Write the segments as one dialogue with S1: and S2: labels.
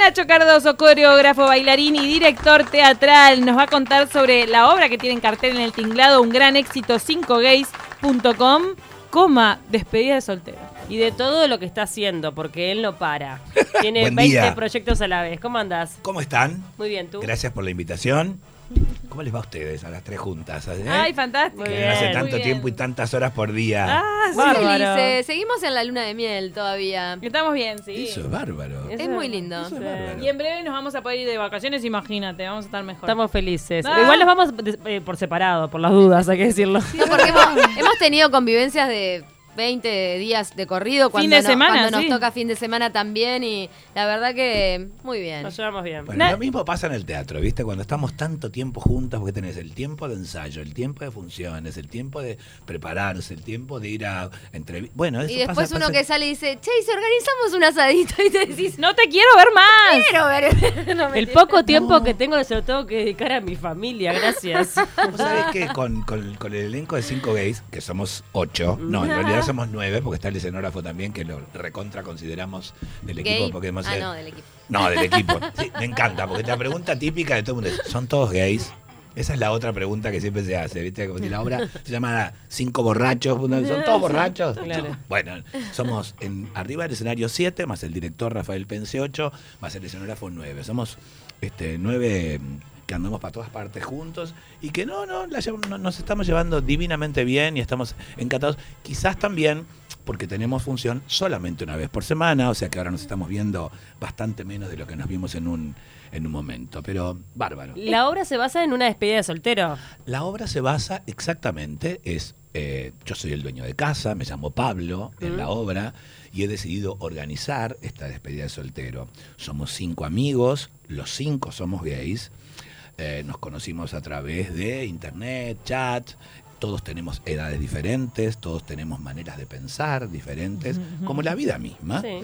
S1: Nacho Cardoso, coreógrafo, bailarín y director teatral, nos va a contar sobre la obra que tiene en cartel en el tinglado, un gran éxito 5gays.com, coma, despedida de soltero.
S2: Y de todo lo que está haciendo, porque él no para. Tiene
S3: Buen
S2: 20
S3: día.
S2: proyectos a la vez. ¿Cómo andás?
S3: ¿Cómo están?
S2: Muy bien, tú.
S3: Gracias por la invitación. ¿Cómo les va a ustedes a las tres juntas? eh?
S1: Ay, fantástico.
S2: Muy
S3: Que no hace
S2: bien,
S3: tanto tiempo y tantas horas por día.
S1: Ah, sí.
S4: Muy
S2: Bárbaro.
S4: felices. Seguimos en la luna de miel todavía.
S1: Estamos bien, sí.
S3: Eso es bárbaro.
S4: Es muy lindo.
S3: Eso es bárbaro.
S1: Y en breve nos vamos a poder ir de vacaciones, imagínate, vamos a estar mejor.
S2: Estamos felices.
S1: Ah.
S2: Igual nos vamos de- eh, por separado, por las dudas, hay que decirlo.
S4: No, porque hemos, hemos tenido convivencias de 20 días de corrido cuando,
S1: Fin de
S4: no-
S1: semana,
S4: cuando
S1: sí.
S4: nos toca fin de semana también y la verdad que muy bien.
S2: Nos llevamos bien.
S3: Bueno,
S1: Na-
S3: lo mismo pasa en el teatro, ¿viste? Cuando estamos tanto tiempo juntas, porque tenés el tiempo de ensayo, el tiempo de funciones, el tiempo de prepararse, el tiempo de ir a entrevistas. Bueno, eso
S4: Y después
S3: pasa-
S4: uno
S3: pasa-
S4: que sale y dice, che, ¿y si organizamos un asadito? Y te decís,
S1: No te quiero ver más.
S4: quiero ver. No,
S2: El
S4: mentira.
S2: poco tiempo que tengo se lo tengo que dedicar a mi familia, gracias.
S3: ¿Vos sabés que con, con- con el elenco de cinco gays, que somos ocho, no, en realidad somos nueve, porque está el escenógrafo también, que lo recontra consideramos del equipo,
S4: Gay.
S3: porque hemos
S4: Ah,
S3: eh,
S4: no, del equipo.
S3: No, del equipo. Sí, me encanta, porque la pregunta típica de todo el mundo es, ¿son todos gays? Esa es la otra pregunta que siempre se hace, ¿viste? Como si la obra se llama Cinco borrachos, ¿no? ¿son todos borrachos?
S2: Claro.
S3: Bueno, somos en, arriba del escenario 7, más el director Rafael Pence 8, más el escenógrafo 9. Somos este, 9 que andamos para todas partes juntos y que no, no, la llev- no- nos estamos llevando divinamente bien y estamos encantados. Quizás también porque tenemos función solamente una vez por semana, o sea que ahora nos estamos viendo bastante menos de lo que nos vimos en un, en un momento, pero bárbaro.
S2: La obra se basa en una despedida de soltero.
S3: La obra se basa exactamente, es eh, yo soy el dueño de casa, me llamo Pablo en la obra y he decidido organizar esta despedida de soltero. Somos cinco amigos, los cinco somos gays, eh, nos conocimos a través de internet, chat. Todos tenemos edades diferentes, todos tenemos maneras de pensar diferentes, como la vida misma.
S2: Sí.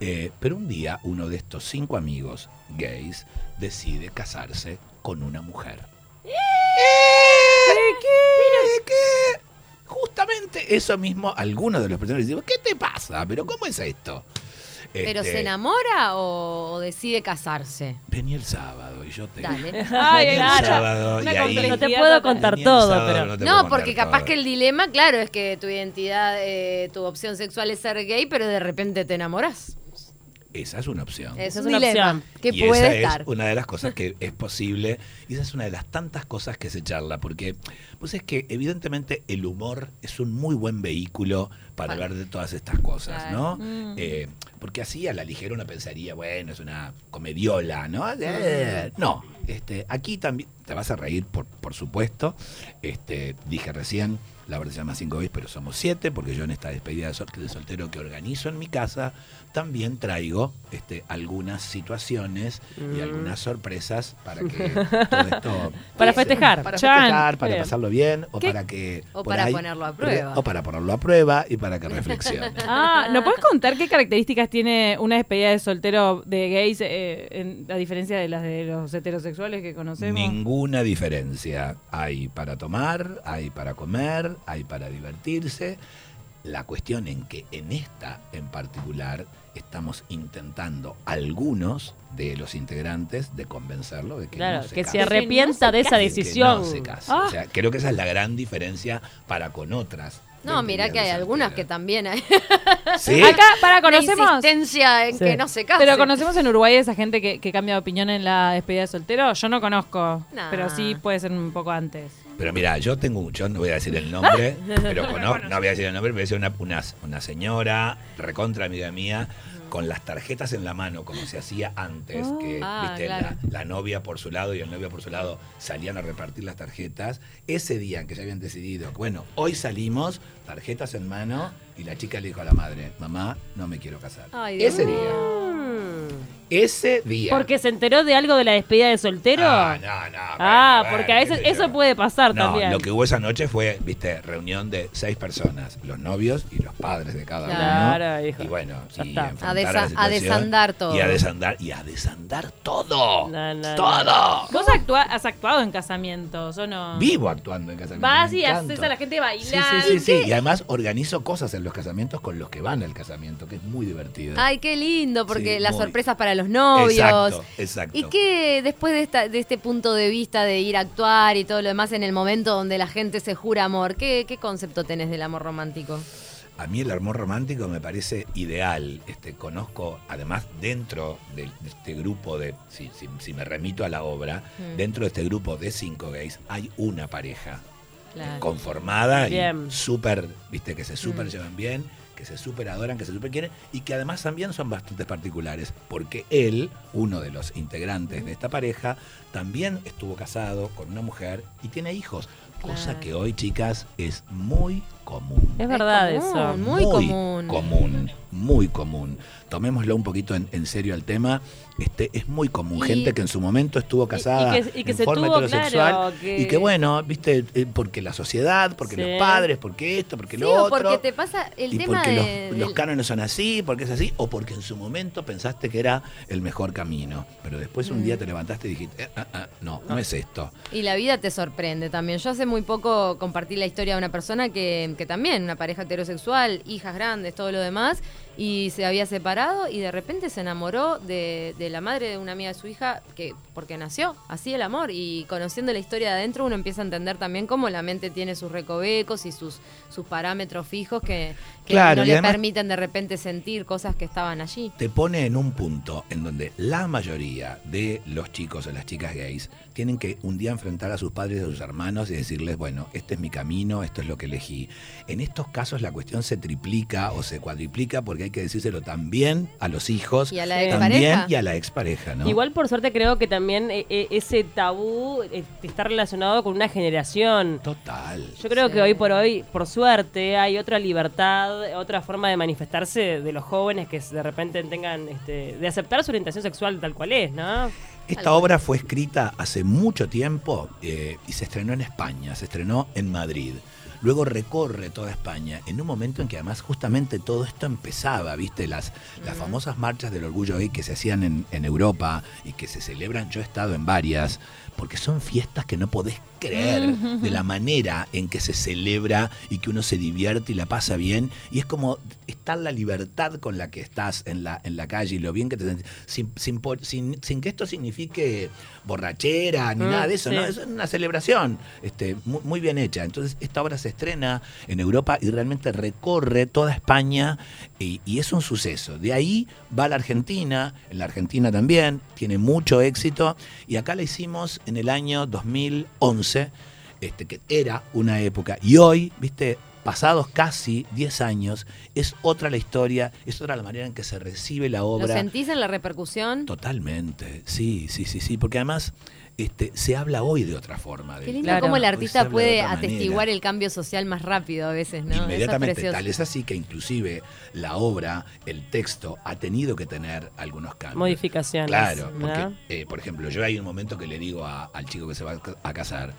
S3: Eh, pero un día uno de estos cinco amigos gays decide casarse con una mujer.
S4: ¡Eh!
S3: ¿De qué? Justamente eso mismo, algunos de los personajes dicen, ¿qué te pasa? ¿Pero cómo es esto?
S4: ¿Pero
S3: Este,
S4: se enamora o o decide casarse?
S3: Vení el sábado y yo te...
S4: Dale.
S1: Ay,
S3: Vení el
S1: claro.
S3: sábado y
S1: Una
S3: ahí-
S1: complejidad
S2: No te puedo
S1: total.
S2: contar
S3: Vení el
S2: todo,
S3: sábado,
S2: pero...
S3: te puedo
S4: No,
S3: contar
S4: porque capaz
S3: todo.
S4: que el dilema, claro, es que tu identidad, eh, tu opción sexual es ser gay, pero de repente te enamorás.
S3: Esa es una opción.
S4: Es,
S2: Esa es
S4: un
S2: una
S4: dilema
S2: opción.
S4: que
S3: y esa
S4: puede estar.
S3: es una de las cosas que es posible y esa es una de las tantas cosas que se charla porque pues es que evidentemente el humor es un muy buen vehículo para
S4: Claro.
S3: hablar de todas estas cosas no
S4: Claro.
S3: Eh, porque así a la ligera uno pensaría bueno es una comediola no Eh, no este aquí también te vas a reír por, por supuesto este dije recién la verdad se llama cinco veces pero somos siete porque yo en esta despedida de sol- de soltero que organizo en mi casa también traigo este, algunas situaciones y algunas sorpresas para que todo esto
S2: Para festejar.
S3: para
S1: Chan.
S3: festejar, para
S2: Bien.
S3: pasarlo bien o
S1: ¿Qué?
S3: para que
S4: O
S3: por
S4: para
S3: ahí-
S4: ponerlo a prueba.
S3: o para ponerlo a prueba y para que reflexione.
S1: Ah, ¿no puedes contar qué características tiene una despedida de soltero de gays eh, en- a diferencia de las de los heterosexuales que conocemos?
S3: Ninguna diferencia. Hay para tomar, hay para comer, hay para divertirse. La cuestión en que en esta en particular estamos intentando algunos de los integrantes de convencerlo de que no
S2: Claro,
S3: se
S2: que se
S3: casen.
S2: arrepienta de esa
S3: que
S2: decisión.
S3: no se case.
S1: Ah.
S3: O sea, creo que esa es la gran diferencia para con otras.
S4: No, mira que hay algunas que también hay.
S3: también. ¿Sí?
S1: Acá, para,
S4: Una
S1: conocemos.
S4: insistencia en
S2: Sí.
S4: que no se casen.
S1: Pero conocemos en Uruguay esa gente que, que cambia de opinión en la despedida de soltero. Yo no conozco,
S4: Nah.
S1: pero sí puede ser un poco antes.
S3: Pero mira, yo tengo un, yo no voy a decir el nombre, pero conozco, no voy a decir el nombre, pero es una, una, una señora, recontra amiga mía, con las tarjetas en la mano, como se hacía antes, que
S4: Ah,
S3: viste,
S4: claro.
S3: la, la novia por su lado y el novio por su lado salían a repartir las tarjetas. Ese día en que ya habían decidido, bueno, hoy salimos, tarjetas en mano, y la chica le dijo a la madre, mamá, no me quiero casar.
S4: Ay, Dios
S3: ese
S4: mío.
S3: día,
S2: Mm.
S3: ese día.
S2: Porque se enteró de algo de la despedida de soltero.
S3: Ah, no, no,
S2: Ah,
S3: bueno,
S2: porque a
S3: bueno,
S2: veces
S3: qué sé
S2: eso
S3: yo.
S2: puede pasar
S3: No,
S2: también.
S3: lo que hubo esa noche fue, viste, reunión de seis personas, los novios y los padres de cada uno.
S2: Claro, hijo.
S3: Y bueno,
S2: Ya
S3: y
S2: está.
S3: enfrentar
S4: A desa-
S3: la
S4: a
S3: situación
S4: desandar todo.
S3: Y a desandar, y a desandar todo.
S2: No, no, no.
S3: todo.
S1: ¿Vos actua- has actuado en casamientos o no?
S3: Vivo actuando en casamientos.
S1: Vas
S3: me
S1: y haces
S3: encanta.
S1: a la gente bailar.
S3: Sí, sí, sí, sí. Y además organizo cosas en los casamientos con los que van al casamiento, que es muy divertido.
S4: Ay, qué lindo,
S3: Sí,
S4: porque las
S3: muy.
S4: sorpresas para los los novios.
S3: Exacto, exacto.
S4: Y que después de, esta- de este punto de vista de ir a actuar y todo lo demás en el momento donde la gente se jura amor, ¿qué, qué concepto tenés del amor romántico?
S3: A mí el amor romántico me parece ideal. Este, conozco, además, dentro de, de este grupo de, si, si- si me remito a la obra, dentro de este grupo de cinco gays hay una pareja
S4: Claro. Mm.
S3: conformada
S2: Bien.
S3: y súper, viste, que se súper llevan bien, que se súper adoran, que se súper quieren y que además también son bastante particulares, porque él, uno de los integrantes de esta pareja, también estuvo casado con una mujer y tiene hijos, cosa
S4: Claro.
S3: que hoy, chicas, es muy común.
S2: Es verdad
S4: Es común,
S2: eso.
S4: Muy común.
S3: común, muy común. Tomémoslo un poquito en, en serio al tema. Este, es muy común.
S4: Y-
S3: Gente que en su momento estuvo casada
S2: y que- y que
S3: en
S2: se
S3: forma
S2: tuvo,
S3: heterosexual
S2: claro, que-
S3: y que bueno, viste, eh, porque la sociedad, porque
S2: Sí.
S3: los padres, porque esto, porque
S4: Sí,
S3: lo
S4: o
S3: otro.
S4: porque te pasa el
S3: y
S4: tema
S3: porque los-
S4: de.
S3: los,
S4: del-
S3: cánones son así, porque es así, o porque en su momento pensaste que era el mejor camino. Pero después un día te levantaste y dijiste, eh, ah, ah, no, no es esto.
S4: Y la vida te sorprende también. Yo hace muy poco compartí la historia de una persona que, que también, una pareja heterosexual, hijas grandes, todo lo demás, y se había separado y de repente se enamoró de, de la madre de una amiga de su hija, que porque nació, así el amor. Y conociendo la historia de adentro uno empieza a entender también cómo la mente tiene sus recovecos y sus, sus parámetros fijos que, que
S3: Claro,
S4: no
S3: y
S4: le
S3: además-
S4: permiten de repente sentir cosas que estaban allí.
S3: te pone en un punto en donde la mayoría de los chicos o las chicas gays tienen que un día enfrentar a sus padres y a sus hermanos y decirles, bueno, este es mi camino, esto es lo que elegí. En estos casos la cuestión se triplica o se cuadriplica porque hay que decírselo también a los hijos,
S4: Y a la
S3: también
S4: expareja.
S3: y a la expareja, ¿no?
S2: Igual por suerte creo que también eh, eh, ese tabú eh, está relacionado con una generación.
S3: Total.
S2: Yo creo
S4: Sí.
S2: que hoy por hoy, por suerte, hay otra libertad, otra forma de manifestarse de los jóvenes que de repente tengan, este, de aceptar su orientación sexual tal cual es, ¿no?
S3: Esta obra fue escrita hace mucho tiempo eh, y se estrenó en España, se estrenó en Madrid. Luego recorre toda España, en un momento en que además justamente todo esto empezaba, ¿viste? Las, las famosas marchas del orgullo gay que se hacían en, en Europa y que se celebran, yo he estado en varias, porque son fiestas que no podés creer de la manera en que se celebra y que uno se divierte y la pasa bien. Y es como estar la libertad con la que estás en la, en la calle y lo bien que te sentís, sin, sin, por- sin- sin que esto signifique borrachera ni
S2: Mm,
S3: nada de eso,
S2: sí.
S3: ¿no? Es una celebración este, mu- muy, bien hecha. Entonces, esta obra se estrena en Europa y realmente recorre toda España y, y es un suceso. De ahí va a la Argentina, en la Argentina también, tiene mucho éxito y acá la hicimos en el año 2011, este, que era una época, y hoy, viste, pasados casi 10 años, es otra la historia, es otra la manera en que se recibe la
S4: ¿Lo
S3: obra.
S4: sentís en la repercusión?
S3: Totalmente, sí, sí, sí, sí, porque además este, se habla hoy de otra forma. de-
S4: Qué lindo
S2: Claro.
S4: cómo el
S3: Hoy se
S4: artista
S3: habla de
S4: puede
S3: otra manera.
S4: atestiguar el cambio social más rápido a veces, ¿no?
S3: Inmediatamente,
S4: Eso es
S3: tal
S4: precioso.
S3: es así que inclusive la obra, el texto, ha tenido que tener algunos cambios.
S2: Modificaciones.
S3: Claro,
S2: ¿no?
S3: porque, eh, por ejemplo, yo hay un momento que le digo a- al chico que se va a ca- a casar,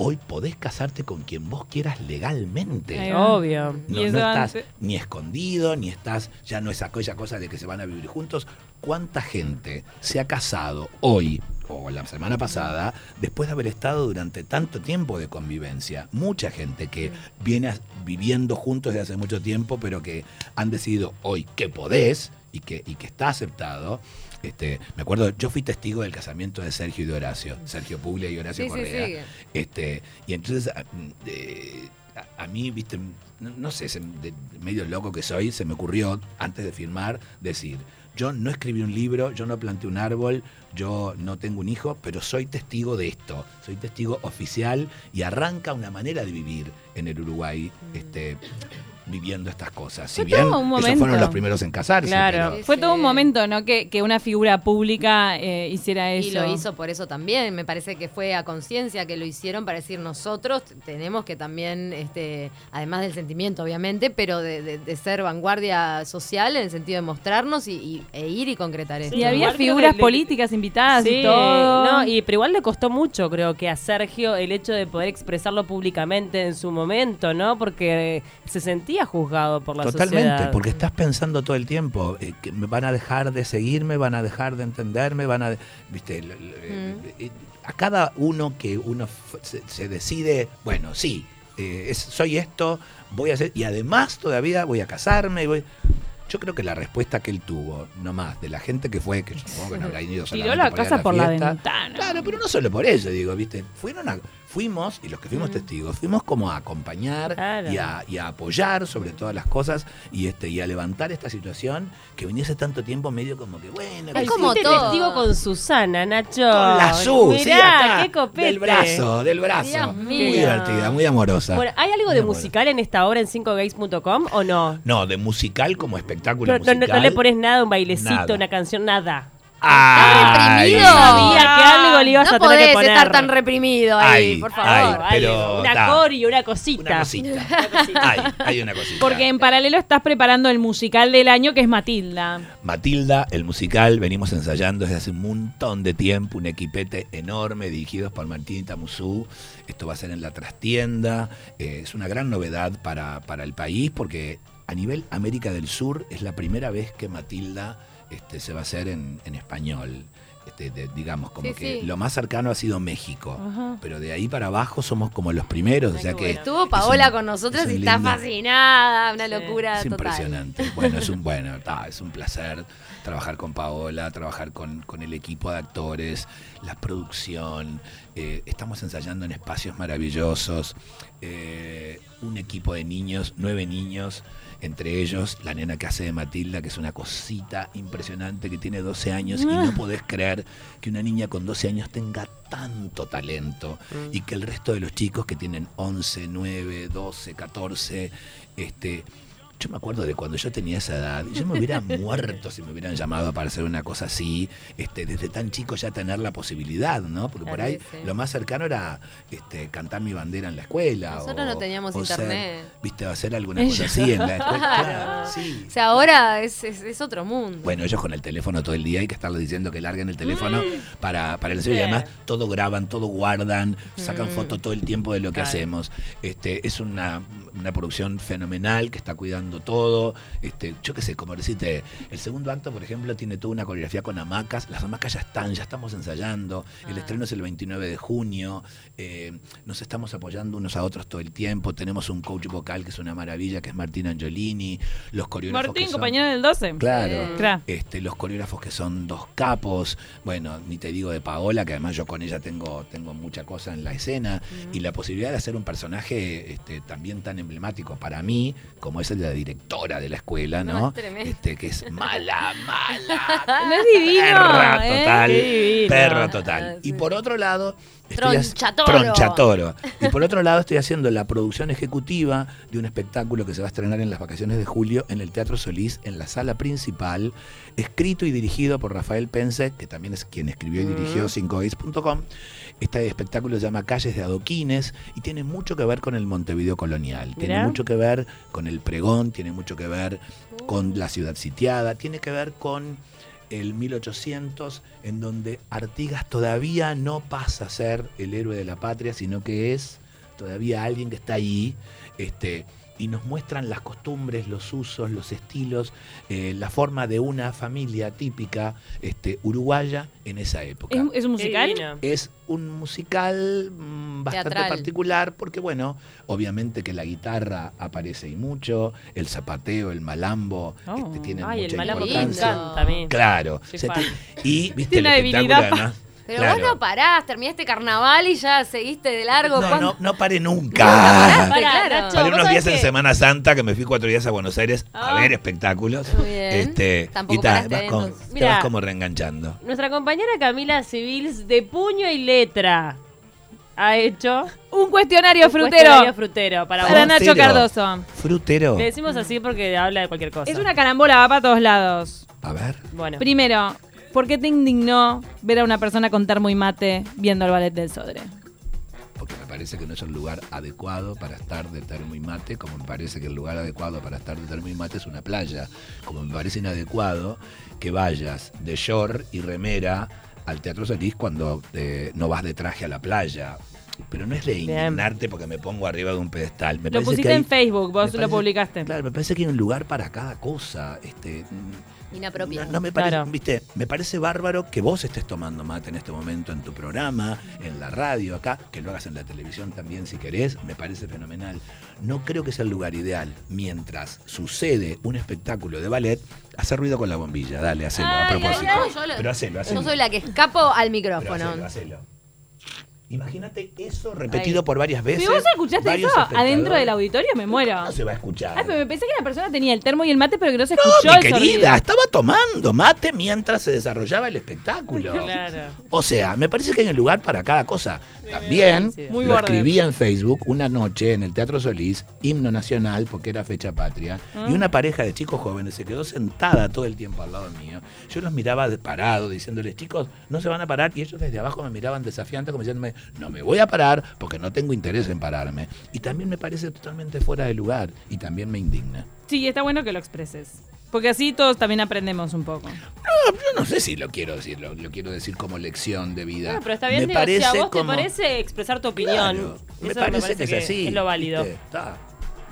S3: hoy podés casarte con quien vos quieras legalmente.
S1: Ahí va.
S2: Obvio.
S3: No,
S1: Y eso
S3: no estás
S1: antes-
S3: ni escondido, ni estás, ya no es aquella cosa de que se van a vivir juntos. ¿Cuánta gente se ha casado hoy o la semana pasada después de haber estado durante tanto tiempo de convivencia? Mucha gente que viene as- viviendo juntos desde hace mucho tiempo, pero que han decidido hoy que podés y que, y que está aceptado. Este, me acuerdo, yo fui testigo del casamiento de Sergio y de Horacio, Sergio Puglia y Horacio
S4: Sí, sí,
S3: Correa.
S4: sí.
S3: Este, y entonces a, mm, eh, a- a mí, viste, no, no sé, se- de- medio loco que soy, se me ocurrió antes de firmar decir, yo no escribí un libro, yo no planté un árbol, yo no tengo un hijo, pero soy testigo de esto, soy testigo oficial y arranca una manera de vivir en el Uruguay, este viviendo estas cosas. Si
S1: Yo
S3: bien
S1: tengo un
S3: ellos fueron
S1: momento.
S3: los primeros en casarse,
S2: Claro.
S3: pero
S1: Fue todo un
S4: Sí.
S1: momento, ¿no? Que, que una figura pública eh, hiciera eso.
S4: Y lo hizo por eso también. Me parece que fue a conciencia que lo hicieron para decir nosotros tenemos que también, este, además del sentimiento, obviamente, pero de, de- de ser vanguardia social en el sentido de mostrarnos y, y- e ir y concretar esto.
S1: Y
S2: Sí,
S1: había
S2: igual creo
S1: figuras
S2: que le-
S1: políticas invitadas
S2: Sí,
S1: y Ah, todo.
S2: no, y, pero igual le costó mucho, creo que a Sergio, el hecho de poder expresarlo públicamente en su momento, ¿no? Porque se sentía juzgado por la
S3: Totalmente,
S2: sociedad.
S3: porque estás pensando todo el tiempo, eh, que me van a dejar de seguirme, van a dejar de entenderme, van a... Viste, l- l- eh,
S1: Mm.
S3: eh, a cada uno que uno f- se, se decide, bueno, sí, eh, es- soy esto, voy a hacer, y además todavía voy a casarme, y voy... Yo creo que la respuesta que él tuvo, nomás, de la gente que fue, que yo supongo que no habrá ido
S1: Tiró
S3: solamente
S1: la
S3: para ir a
S1: casa por la
S3: fiesta.
S1: ventana.
S3: Claro, pero no solo por eso, digo, viste, fueron a- fuimos, y los que fuimos testigos, fuimos como a acompañar
S2: Claro.
S3: y, a, y a apoyar sobre todas las cosas y este y a levantar esta situación que viniese tanto tiempo medio como que, bueno, que
S4: Es como
S2: Hiciste
S4: todo.
S2: testigo con Susana, Nacho.
S3: con la Su, sí,
S2: Mirá,
S3: acá,
S2: qué copete.
S3: Del brazo, del brazo.
S4: Dios
S3: muy
S4: mío.
S3: divertida, muy amorosa.
S2: Bueno, ¿hay algo de
S3: Muy amorosa.
S2: musical en esta obra en 5gays.com o no?
S3: No, de musical como espectáculo
S2: Pero no, no-
S3: musical.
S2: no le pones nada, un bailecito,
S3: Nada.
S2: una canción, nada.
S3: ¡Ay!
S4: reprimido!
S2: Sabía que algo le ibas
S4: Ah, no
S2: a tener que
S4: podés
S2: poner.
S4: estar tan reprimido ahí,
S3: Ay,
S4: por favor.
S3: ay. pero
S2: una
S3: ta.
S2: coreo, una cosita.
S3: Una cosita. Hay, hay una cosita.
S1: Porque en paralelo estás preparando el musical del año que es Matilda.
S3: Matilda, el musical, venimos ensayando desde hace un montón de tiempo, un equipete enorme dirigidos por Martín Tamuzú. Esto va a ser en la trastienda. Eh, es una gran novedad para, para el país porque a nivel América del Sur es la primera vez que Matilda este, se va a hacer en, en español. Este, de- digamos, como
S4: Sí,
S3: que
S4: sí. Ah.
S3: lo más cercano ha sido México, pero de ahí para abajo somos como los primeros. o sea que
S4: Estuvo Paola
S3: es un-
S4: con nosotros
S3: es
S4: y
S3: un
S4: está
S3: lindo-
S4: fascinada, una
S2: Sí.
S4: locura
S3: es
S4: total.
S3: impresionante. Bueno, es un bueno, ta, es un placer trabajar con Paola, trabajar con, con el equipo de actores, la producción. eh, estamos ensayando en espacios maravillosos. eh, un equipo de niños, nueve niños, entre ellos la nena que hace de Matilda, que es una cosita impresionante que tiene 12 años y no podés creer que una niña con 12 años tenga tanto talento y que el resto de los chicos que tienen 11, 9, 12, 14, este, yo me acuerdo de cuando yo tenía esa edad, yo me hubiera muerto si me hubieran llamado para hacer una cosa así, este, desde tan chico ya tener la posibilidad, ¿no? Porque por
S4: Claro
S3: ahí
S4: que sí.
S3: lo más cercano era este, cantar mi bandera en la escuela.
S4: Nosotros no teníamos
S3: ser-
S4: internet.
S3: Viste, hacer alguna cosa así en la escuela. Claro, sí.
S4: O sea, ahora es, es- es otro mundo.
S3: Bueno, ellos con el teléfono todo el día, hay que estarles diciendo que larguen el teléfono para, para el ensayo. Y
S2: Bien.
S3: además, todo graban, todo guardan, sacan fotos todo el tiempo de lo que
S2: Claro.
S3: hacemos. Este, es una, una producción fenomenal que está cuidando todo. Este, yo qué sé, como decirte, el segundo acto, por ejemplo, tiene toda una coreografía con hamacas. Las hamacas ya están, ya estamos ensayando.
S4: Ah.
S3: El estreno es el 29 de junio. Eh, nos estamos apoyando unos a otros todo el tiempo. Tenemos un coach vocal que es una maravilla, que es Martín Angiolini. Los coreógrafos. que
S1: Martín,
S3: son-
S1: compañero del 12.
S3: Claro.
S1: Claro.
S3: Este, los coreógrafos que son dos capos, bueno, ni te digo de Paola, que además yo con ella tengo, tengo mucha cosa en la escena, y la posibilidad de hacer un personaje este, también tan emblemático para mí, como es el de la directora de la escuela,
S4: No, eh.
S3: ¿no?
S4: es tremendo.
S3: este, que es mala,
S2: Ah,
S3: mala.
S1: No es divino.
S3: Perra
S1: ¿eh?
S3: total,
S2: Qué divino.
S3: perra total. Y
S4: Sí.
S3: por otro lado, este, estoy hac-
S4: Tronchatoro.
S3: Tronchatoro. Y por otro lado, estoy haciendo la producción ejecutiva de un espectáculo que se va a estrenar en las vacaciones de julio en el Teatro Solís, en la sala principal, escrito y dirigido por Rafael Pense, que también es quien escribió y dirigió 5gays.com. Este espectáculo se llama Calles de Adoquines y tiene mucho que ver con el Montevideo colonial. Tiene
S2: Mirá.
S3: mucho que ver con el pregón, tiene mucho que ver
S4: Uh.
S3: con la ciudad sitiada, tiene que ver con el 1800, en donde Artigas todavía no pasa a ser el héroe de la patria, sino que es todavía alguien que está ahí, este, y nos muestran las costumbres, los usos, los estilos, eh, la forma de una familia típica este, uruguaya en esa época.
S1: ¿Es, es un musical?
S3: Es un musical mm, bastante
S4: Teatral.
S3: particular porque, bueno, obviamente que la guitarra aparece y mucho, el zapateo, el malambo,
S1: Oh.
S3: este, tienen
S2: Ay,
S3: mucha
S2: el malambo que me
S3: importancia.
S2: encanta a mí.
S3: Claro.
S2: Soy
S3: Se
S2: fan.
S3: te- y viste el
S1: Tiene una
S3: espectáculo
S1: debilidad
S3: además.
S4: Pero
S3: Claro.
S4: vos no parás, terminaste carnaval y ya seguiste de largo.
S3: No,
S4: ¿cuándo?
S3: no, no paré
S4: pará,
S3: nunca.
S2: Pará,
S4: pará, claro.
S2: Nacho,
S3: Paré
S2: vos
S3: unos
S2: sabés
S3: días en
S2: que-
S3: Semana Santa que me fui cuatro días a Buenos Aires a
S2: Ah.
S3: ver espectáculos.
S4: Muy bien.
S3: Este,
S4: Tampoco
S3: y ta,
S4: paraste,
S3: vas
S4: ¿eh?
S3: con-
S4: Entonces.
S3: te
S2: Mirá.
S3: vas como reenganchando.
S2: Nuestra compañera Camila Civils, de puño y letra, ha hecho
S1: Un cuestionario
S2: un
S1: frutero
S2: cuestionario frutero para
S1: para
S2: vos.
S1: Nacho
S3: Frutero.
S1: Cardoso.
S3: Frutero.
S2: Le decimos así porque habla de cualquier cosa.
S1: Es una carambola, va para todos lados.
S3: A ver.
S2: Bueno,
S1: Primero, ¿por qué te indignó ver a una persona contar muy mate viendo el ballet del Sodre?
S3: porque me parece que no es el lugar adecuado para estar de termo y mate, como me parece que el lugar adecuado para estar de termo y mate es una playa, como me parece inadecuado que vayas de short y remera al Teatro Solís cuando eh, no vas de traje a la playa. Pero no es de
S2: Bien.
S3: indignarte porque me pongo arriba de un pedestal. Me
S1: Lo
S3: parece que
S1: pusiste en
S3: hay-
S1: Facebook,
S3: me
S1: vos lo
S3: parece-
S1: publicaste.
S3: Claro, me parece que hay un lugar para cada cosa. Este, mm,
S4: Inapropiado.
S3: No, no me parece,
S2: Claro.
S3: viste, me parece bárbaro que vos estés tomando mate en este momento en tu programa, en la radio acá, que lo hagas en la televisión también si querés, me parece fenomenal. No creo que sea el lugar ideal, mientras sucede un espectáculo de ballet, hacer ruido con la bombilla, dale, hacelo, a
S1: Ay, ay,
S3: propósito.
S1: ay,
S4: yo lo-
S3: Pero hacelo, hacelo.
S4: Yo soy la que escapo
S3: Pero
S4: al micrófono.
S3: hacelo, hacelo. Imagínate eso repetido por varias veces.
S1: Si vos escuchaste
S3: varios
S1: eso adentro
S3: espectadores.
S1: del auditorio, me muero.
S3: No se va a escuchar.
S1: Ay, pero me pensé que la persona tenía el termo y el mate, pero que no se escuchó
S3: No, mi
S1: el
S3: querida,
S1: sonido.
S3: estaba tomando mate mientras se desarrollaba el espectáculo.
S2: Claro.
S3: O sea, me parece que hay un lugar para cada cosa. También
S2: sí.
S1: Muy
S3: lo
S1: borde.
S3: escribí en Facebook una noche en el Teatro Solís, himno nacional, porque era fecha patria,
S2: Ah.
S3: y una pareja de chicos jóvenes se quedó sentada todo el tiempo al lado mío. Yo los miraba de parado, diciéndoles, chicos, no se van a parar, y ellos desde abajo me miraban desafiante, como diciéndome, no me voy a parar porque no tengo interés en pararme. Y también me parece totalmente fuera de lugar, y también me indigna.
S1: Sí, está bueno que lo expreses. Porque así todos también aprendemos un poco.
S3: No, yo no sé si lo quiero decir, lo, lo quiero decir como lección de vida.
S2: Bueno, pero está bien,
S3: me
S2: digo, si a vos
S3: como-
S2: te parece expresar tu opinión,
S3: Claro,
S2: eso
S3: me, parece que es así.
S2: es lo válido.
S3: ¿viste? Está.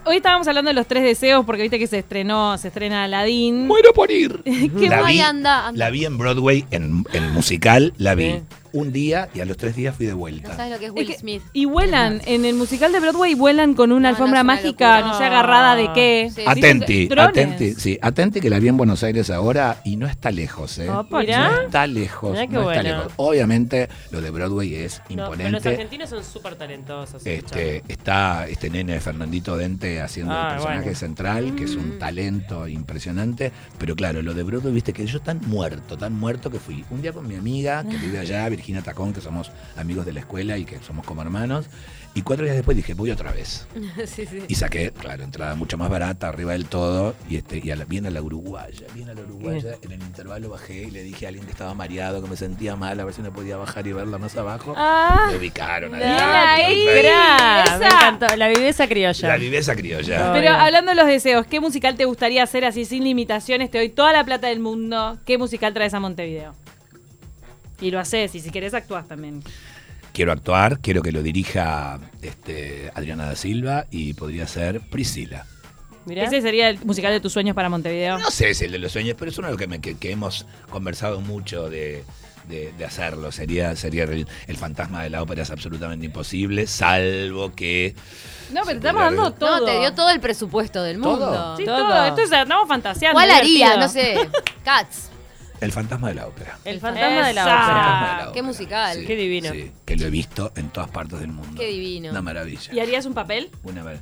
S1: Hoy estábamos hablando de los tres deseos porque viste que se estrenó, se estrena Aladdin.
S3: Muero por ir.
S1: Qué
S3: la,
S4: guay,
S3: vi,
S4: anda, anda.
S3: la vi en Broadway, en, en musical, la vi.
S2: Sí.
S3: Un día y a los tres días fui de
S4: No
S3: vuelta.
S4: sabes lo que es
S1: Es
S4: Will
S1: que-
S4: Smith.
S1: y vuelan, en el musical de Broadway vuelan con una
S4: No, no,
S1: alfombra
S4: es una
S1: mágica,
S4: locura.
S1: no sé agarrada de qué.
S4: Sí.
S3: Atenti,
S1: Dicen que- drones.
S3: atenti, sí, atenti que la vi en Buenos Aires ahora y no está lejos, ¿eh?
S1: Opa,
S2: mirá.
S3: No está lejos,
S2: Mirá qué
S3: no está
S2: bueno.
S3: lejos. Obviamente lo de Broadway es
S2: No, pero
S3: imponente.
S2: los argentinos son súper talentosos.
S3: Este, está este nene Fernandito Dente haciendo
S2: Ah,
S3: el personaje
S2: bueno.
S3: central, que es un talento impresionante. Pero claro, lo de Broadway, viste que yo tan muerto, tan muerto que fui. Un día con mi amiga que vive allá, Virginia Tacón, que somos amigos de la escuela y que somos como hermanos. Y cuatro días después dije, voy otra vez.
S4: sí, sí.
S3: Y saqué, claro, entrada mucho más barata, arriba del todo, y este, y a la- bien a la uruguaya, bien a la uruguaya, en el intervalo bajé y le dije a alguien que estaba mareado, que me sentía mal, a ver si no podía bajar y verla más abajo.
S1: Ah,
S3: me ubicaron
S1: bien
S3: adelante,
S1: ahí,
S3: perfecto.
S1: gra-
S2: Me
S1: esa.
S2: encantó, la viveza criolla.
S3: La viveza criolla.
S1: Pero
S2: Obvio.
S1: hablando de los deseos, ¿qué musical te gustaría hacer así sin limitaciones? Te doy toda la plata del mundo. ¿Qué musical traes a Montevideo? Y lo haces, y si querés actuás también.
S3: Quiero actuar, quiero que lo dirija este, Adriana da Silva y podría ser Priscila.
S2: Mirá.
S1: ¿Ese sería el musical de tus sueños para Montevideo?
S3: No sé si el de los sueños, pero es uno de los que, me- que- que hemos conversado mucho de, de- de hacerlo. Sería, sería el, el fantasma de la ópera es absolutamente imposible, salvo que...
S1: No, pero estamos
S3: Sí, podría
S1: dando
S3: haber-
S1: todo.
S4: No, te dio todo el presupuesto del
S3: ¿Todo?
S4: mundo.
S1: Sí,
S2: Todo.
S1: todo. Esto es, estamos fantaseando.
S4: ¿Cuál haría?
S1: divertido.
S4: No sé. Cats. Eh,
S3: El fantasma de la ópera.
S2: El fantasma de la
S1: Esa.
S2: ópera.
S3: Fantasma de la
S4: Ah, qué
S3: ópera,
S4: musical.
S2: Qué divino.
S3: sí, que lo he visto en todas partes del mundo.
S4: Qué divino.
S3: Una maravilla.
S1: ¿Y harías un papel?
S3: Una mar-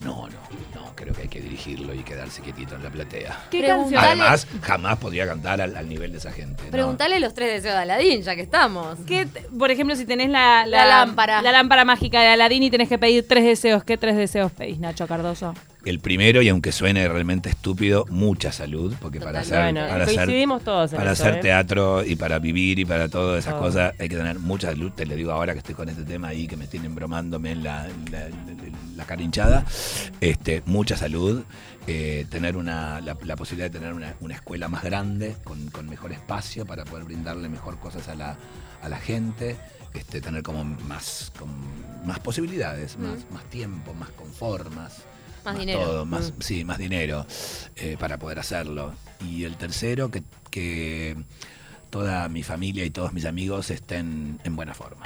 S3: No, no, no, creo que hay que dirigirlo y quedarse quietito en la platea.
S1: ¿Qué
S4: Preguntale-
S1: canción?
S3: Además, jamás podría cantar al, al nivel de esa gente. ¿no?
S4: Preguntale los tres deseos de Aladdin, ya que estamos.
S1: ¿Qué te- por ejemplo, si tenés la,
S4: La lámpara.
S1: la lámpara mágica de Aladín y tenés que pedir tres deseos, ¿qué tres deseos pedís, Nacho Cardoso?
S3: El primero, y aunque suene realmente estúpido, mucha salud, porque para hacer,
S2: Bueno,
S3: para hacer,
S2: coincidimos todos en
S3: para
S2: eso,
S3: hacer
S2: ¿eh?
S3: teatro y para vivir y para todas esas
S2: Oh.
S3: cosas hay que tener mucha salud. Te le digo ahora que estoy con este tema ahí, que me tienen bromándome en la, la, la- la cara hinchada. Este, mucha salud, eh, tener una, la, la posibilidad de tener una, una escuela más grande, con, con mejor espacio para poder brindarle mejor cosas a la, a la gente. Este, tener como más, con más posibilidades, más, más tiempo, más confort, más,
S4: Más dinero.
S3: todo, más, Sí, más dinero eh, para poder hacerlo. Y el tercero, que, que toda mi familia y todos mis amigos estén en buena forma.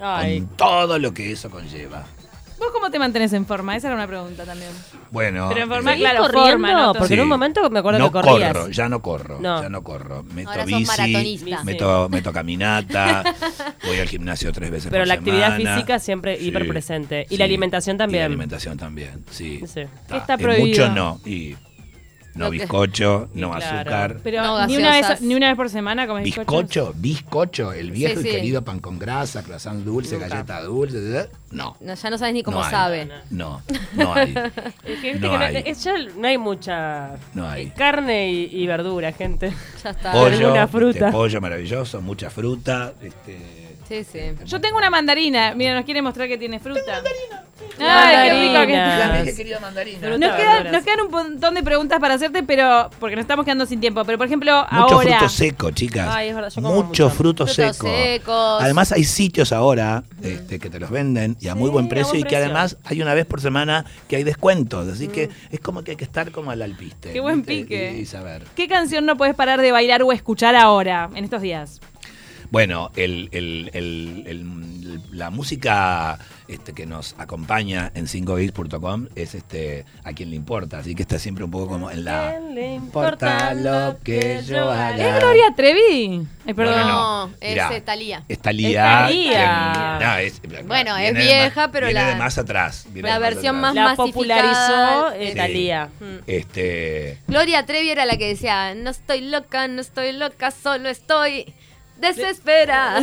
S2: Ay,
S3: Con todo lo que eso conlleva.
S1: ¿Vos cómo te mantenés en forma? Esa era una pregunta también.
S3: Bueno,
S1: Pero en forma,
S3: eh,
S1: claro,
S2: Ah, corriendo?
S1: forma, ¿no?
S2: Porque en un momento me acuerdo
S3: no
S2: que corrías.
S3: corro, ya no corro,
S2: No.
S3: ya no corro. Meto
S4: Ahora sos
S3: bici,
S4: maratonista.
S3: meto, meto caminata, voy al gimnasio tres veces
S2: Pero
S3: por
S2: la actividad
S3: semana.
S2: física siempre
S3: Sí,
S2: hiper presente. Y
S3: sí.
S2: la alimentación
S3: Y la
S2: también.
S3: alimentación también, sí.
S2: Sí.
S1: ¿Qué está
S3: Eh,
S1: prohibido?
S3: Mucho no. Y no
S4: Lo que-
S3: bizcocho,
S2: Y
S3: no
S2: claro.
S3: azúcar.
S1: Pero
S4: No,
S1: ni, una vez,
S4: gaseosas.
S1: ni una vez por semana comes bizcochos.
S3: Bizcocho, bizcocho, el viejo
S4: Sí,
S3: y
S4: sí.
S3: querido pan con grasa, croissant dulce,
S2: Nunca.
S3: galleta dulce, ¿eh? no.
S4: No, ya no sabes ni cómo
S3: No hay.
S4: sabe.
S3: No, no hay.
S2: Es que, viste
S3: No
S2: que no-
S3: hay.
S2: es- ya no hay mucha
S3: No hay.
S2: eh, carne y, y verdura, gente.
S4: Ya está.
S3: Pollo,
S2: Alguna
S3: este,
S2: fruta.
S3: pollo maravilloso, mucha fruta. Este,
S4: Sí, sí.
S1: Yo tengo una mandarina. Mira, nos quiere mostrar que tiene fruta. Ay, qué rico que
S2: Mandarinas.
S1: está.
S3: La vez que quería mandarina.
S2: Pero
S1: Nos
S2: Frutas,
S1: quedan,
S2: verduras.
S1: nos quedan un montón de preguntas para hacerte, pero porque nos estamos quedando sin tiempo. Pero por ejemplo,
S3: Mucho
S1: ahora.
S3: fruto seco, chicas.
S2: Ay, es verdad, yo como
S3: mucho,
S2: mucho.
S3: fruto
S4: Frutos
S3: seco.
S4: secos.
S3: Además hay sitios ahora este, que te los venden y a muy
S2: Sí,
S3: buen
S2: a
S3: precio
S2: buen
S3: y que
S2: precio.
S3: además hay una vez por semana que hay descuentos. Así que es como que hay que estar como al alpiste.
S1: Qué buen
S3: ¿viste?
S1: pique.
S3: Y, y saber.
S1: ¿Qué canción no puedes parar de bailar o escuchar ahora, en estos días?
S3: Bueno, el- el- el- el- la música este, que nos acompaña en 5gays.com es este, a quien le importa. Así que está siempre un poco como en la...
S2: ¿Quién le
S3: importa lo que yo haga?
S1: ¿Es Gloria Trevi? Ay, perdón.
S3: No, no, no.
S4: es
S3: Mirá.
S4: eh, Thalía.
S3: Está Lía.
S2: Está Lía.
S3: quien- no, es-
S4: Bueno, es
S3: viene de
S4: vieja,
S3: más-
S4: pero
S3: viene
S4: la-
S3: de más atrás. viene
S4: la
S3: de más
S4: versión
S3: atrás.
S4: más
S2: La
S4: masificada.
S2: popularizó eh,
S3: Sí.
S2: Thalía.
S3: Este.
S4: Mm. Gloria Trevi era la que decía, no estoy loca, no estoy loca, solo estoy desesperada.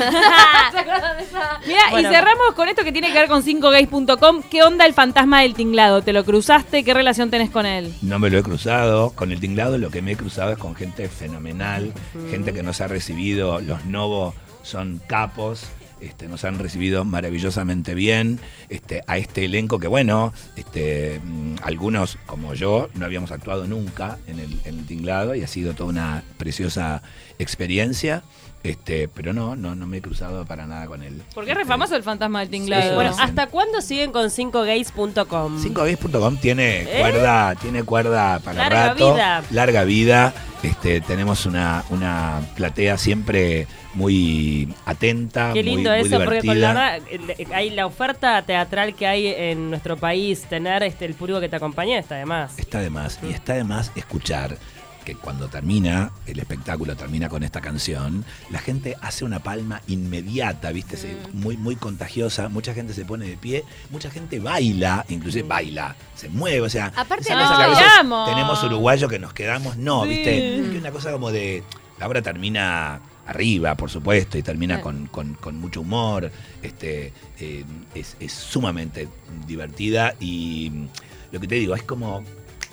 S4: ¿Se acuerdan de esa?
S1: Mira,
S2: Bueno.
S1: y cerramos con esto que tiene que ver con 5gays.com. ¿Qué onda el fantasma del tinglado? ¿Te lo cruzaste? ¿Qué relación tenés con él?
S3: No me lo he cruzado. Con el tinglado lo que me he cruzado es con gente fenomenal, gente que nos ha recibido, los novos son capos. Este, nos han recibido maravillosamente bien este, a este elenco que bueno, este, mm, algunos como yo no habíamos actuado nunca en el, en el tinglado y ha sido toda una preciosa experiencia, este, pero no, no, no me he cruzado para nada con él.
S1: Porque es re
S3: Este,
S1: famoso el fantasma del
S3: Sí,
S1: tinglado.
S2: Eh,
S1: ah,
S2: Bueno,
S3: sí.
S2: ¿hasta cuándo siguen con 5gays.com?
S3: 5gays.com tiene cuerda, tiene cuerda para
S2: ¿Eh? Larga
S3: rato,
S2: vida.
S3: larga vida. Este, tenemos una, una platea siempre muy atenta,
S2: Qué
S3: Ah, muy-
S2: lindo
S3: muy,
S2: eso, porque con la
S3: divertida.
S2: verdad, eh, hay la oferta teatral que hay en nuestro país, tener este el público que te acompaña está además.
S3: Está de más, y está de más escuchar que cuando termina, el espectáculo termina con esta canción, la gente hace una palma inmediata, ¿viste? Se-
S2: Mm.
S3: Muy, muy contagiosa, mucha gente se pone de pie, mucha gente baila, inclusive baila, se mueve, o sea,
S4: Aparte
S3: esa
S4: no
S3: cosa que a veces
S1: bailamos.
S3: tenemos uruguayos que nos quedamos, no,
S1: Sí.
S3: ¿viste? Que una cosa como de, la obra termina arriba, por supuesto, y termina
S4: Claro.
S3: con, con- con mucho humor, este, eh, es, es sumamente divertida y mm, lo que te digo, es como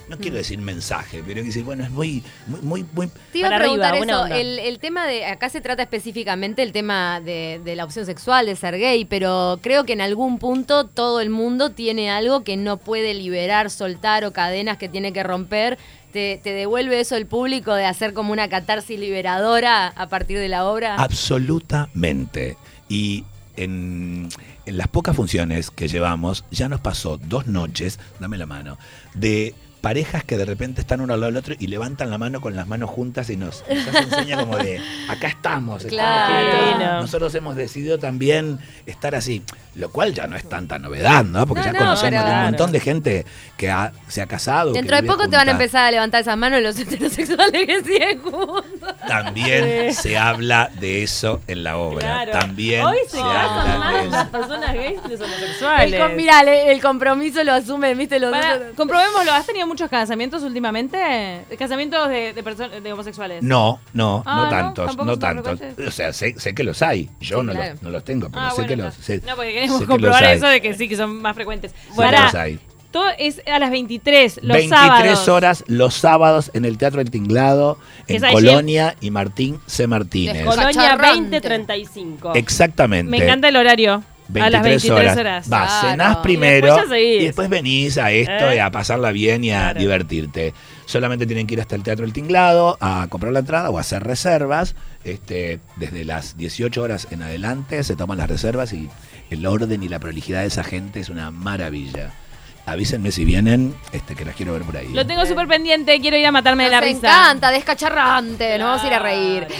S3: no
S4: Mm.
S3: quiero decir mensaje, pero que decir, bueno, es muy, muy, muy, muy-
S4: Te iba a
S2: Para arriba,
S4: preguntar
S2: buena
S4: eso,
S2: onda.
S4: el, el tema de, acá se trata específicamente el tema de, de la opción sexual, de ser gay, pero creo que en algún punto todo el mundo tiene algo que no puede liberar, soltar o cadenas que tiene que romper. Te, te devuelve eso el público de hacer como una catarsis liberadora a partir de la obra.
S3: absolutamente. Y en, en las pocas funciones que llevamos, ya nos pasó dos noches, dame la mano, de parejas que de repente están uno al lado del otro y levantan la mano con las manos juntas y nos, nos hacen seña como de, acá estamos, estamos
S4: Claro.
S3: juntos".
S2: Divino.
S3: nosotros hemos decidido también estar así, lo cual ya no es tanta novedad, ¿no? Porque
S4: No,
S3: ya
S4: no,
S3: conocemos
S4: pero-
S3: un montón de gente que ha- se ha casado. que
S4: Dentro de
S3: vive
S4: poco te van a
S3: junta.
S4: empezar a levantar esas manos los heterosexuales que siguen juntos.
S3: También
S2: Sí.
S3: se habla de eso en la obra.
S2: Claro.
S3: También
S2: Hoy se
S3: se
S2: casan
S3: habla de
S2: más las
S3: eso.
S2: personas gays que los
S4: El,
S2: homosexuales.
S4: com- mirá, le- el compromiso lo asumen, viste, los
S1: Para, comprobémoslo, ¿has tenido muchos casamientos últimamente? ¿Casamientos de, de, perso- de homosexuales?
S3: No, no,
S1: Ah,
S3: no
S1: ¿no?
S3: tantos,
S1: ¿Tampoco
S3: no
S1: son
S3: tantos.
S1: frecuentes?
S3: O sea, sé, sé que los hay. Yo
S4: Sí,
S3: no,
S4: claro.
S3: los, no los tengo, pero
S1: Ah,
S3: sé
S1: bueno,
S3: que
S1: no.
S3: los. sé-
S1: no, porque
S3: sé
S1: queremos
S3: que los
S1: comprobar
S3: hay.
S1: eso de que sí, que son más frecuentes.
S3: Sé que
S1: Pará,
S3: los hay.
S1: todo es a las 23, los
S3: 23
S1: sábados.
S3: horas los sábados en el Teatro El Tinglado, en
S1: Es ayer.
S3: Colonia y Martín C. Martínez.
S4: Desconozco.
S2: Colonia
S4: Cacharrante.
S2: 2035.
S3: Exactamente.
S1: Me encanta el horario. a las 23 horas.
S3: Vas,
S4: Claro.
S3: cenás
S4: Y
S3: primero
S2: después ya seguís.
S3: y después venís a esto
S2: ¿Eh?
S3: y a pasarla bien y a
S2: Claro.
S3: divertirte. Solamente tienen que ir hasta el Teatro El Tinglado a comprar la entrada o a hacer reservas. Este, desde las 18 horas en adelante se toman las reservas y el orden y la prolijidad de esa gente es una maravilla. Avísenme si vienen, este, que las quiero ver por ahí.
S1: Lo tengo súper pendiente, quiero ir a matarme de la
S4: Nos
S1: risa.
S4: encanta, descacharrante, nos vamos a ir a reír.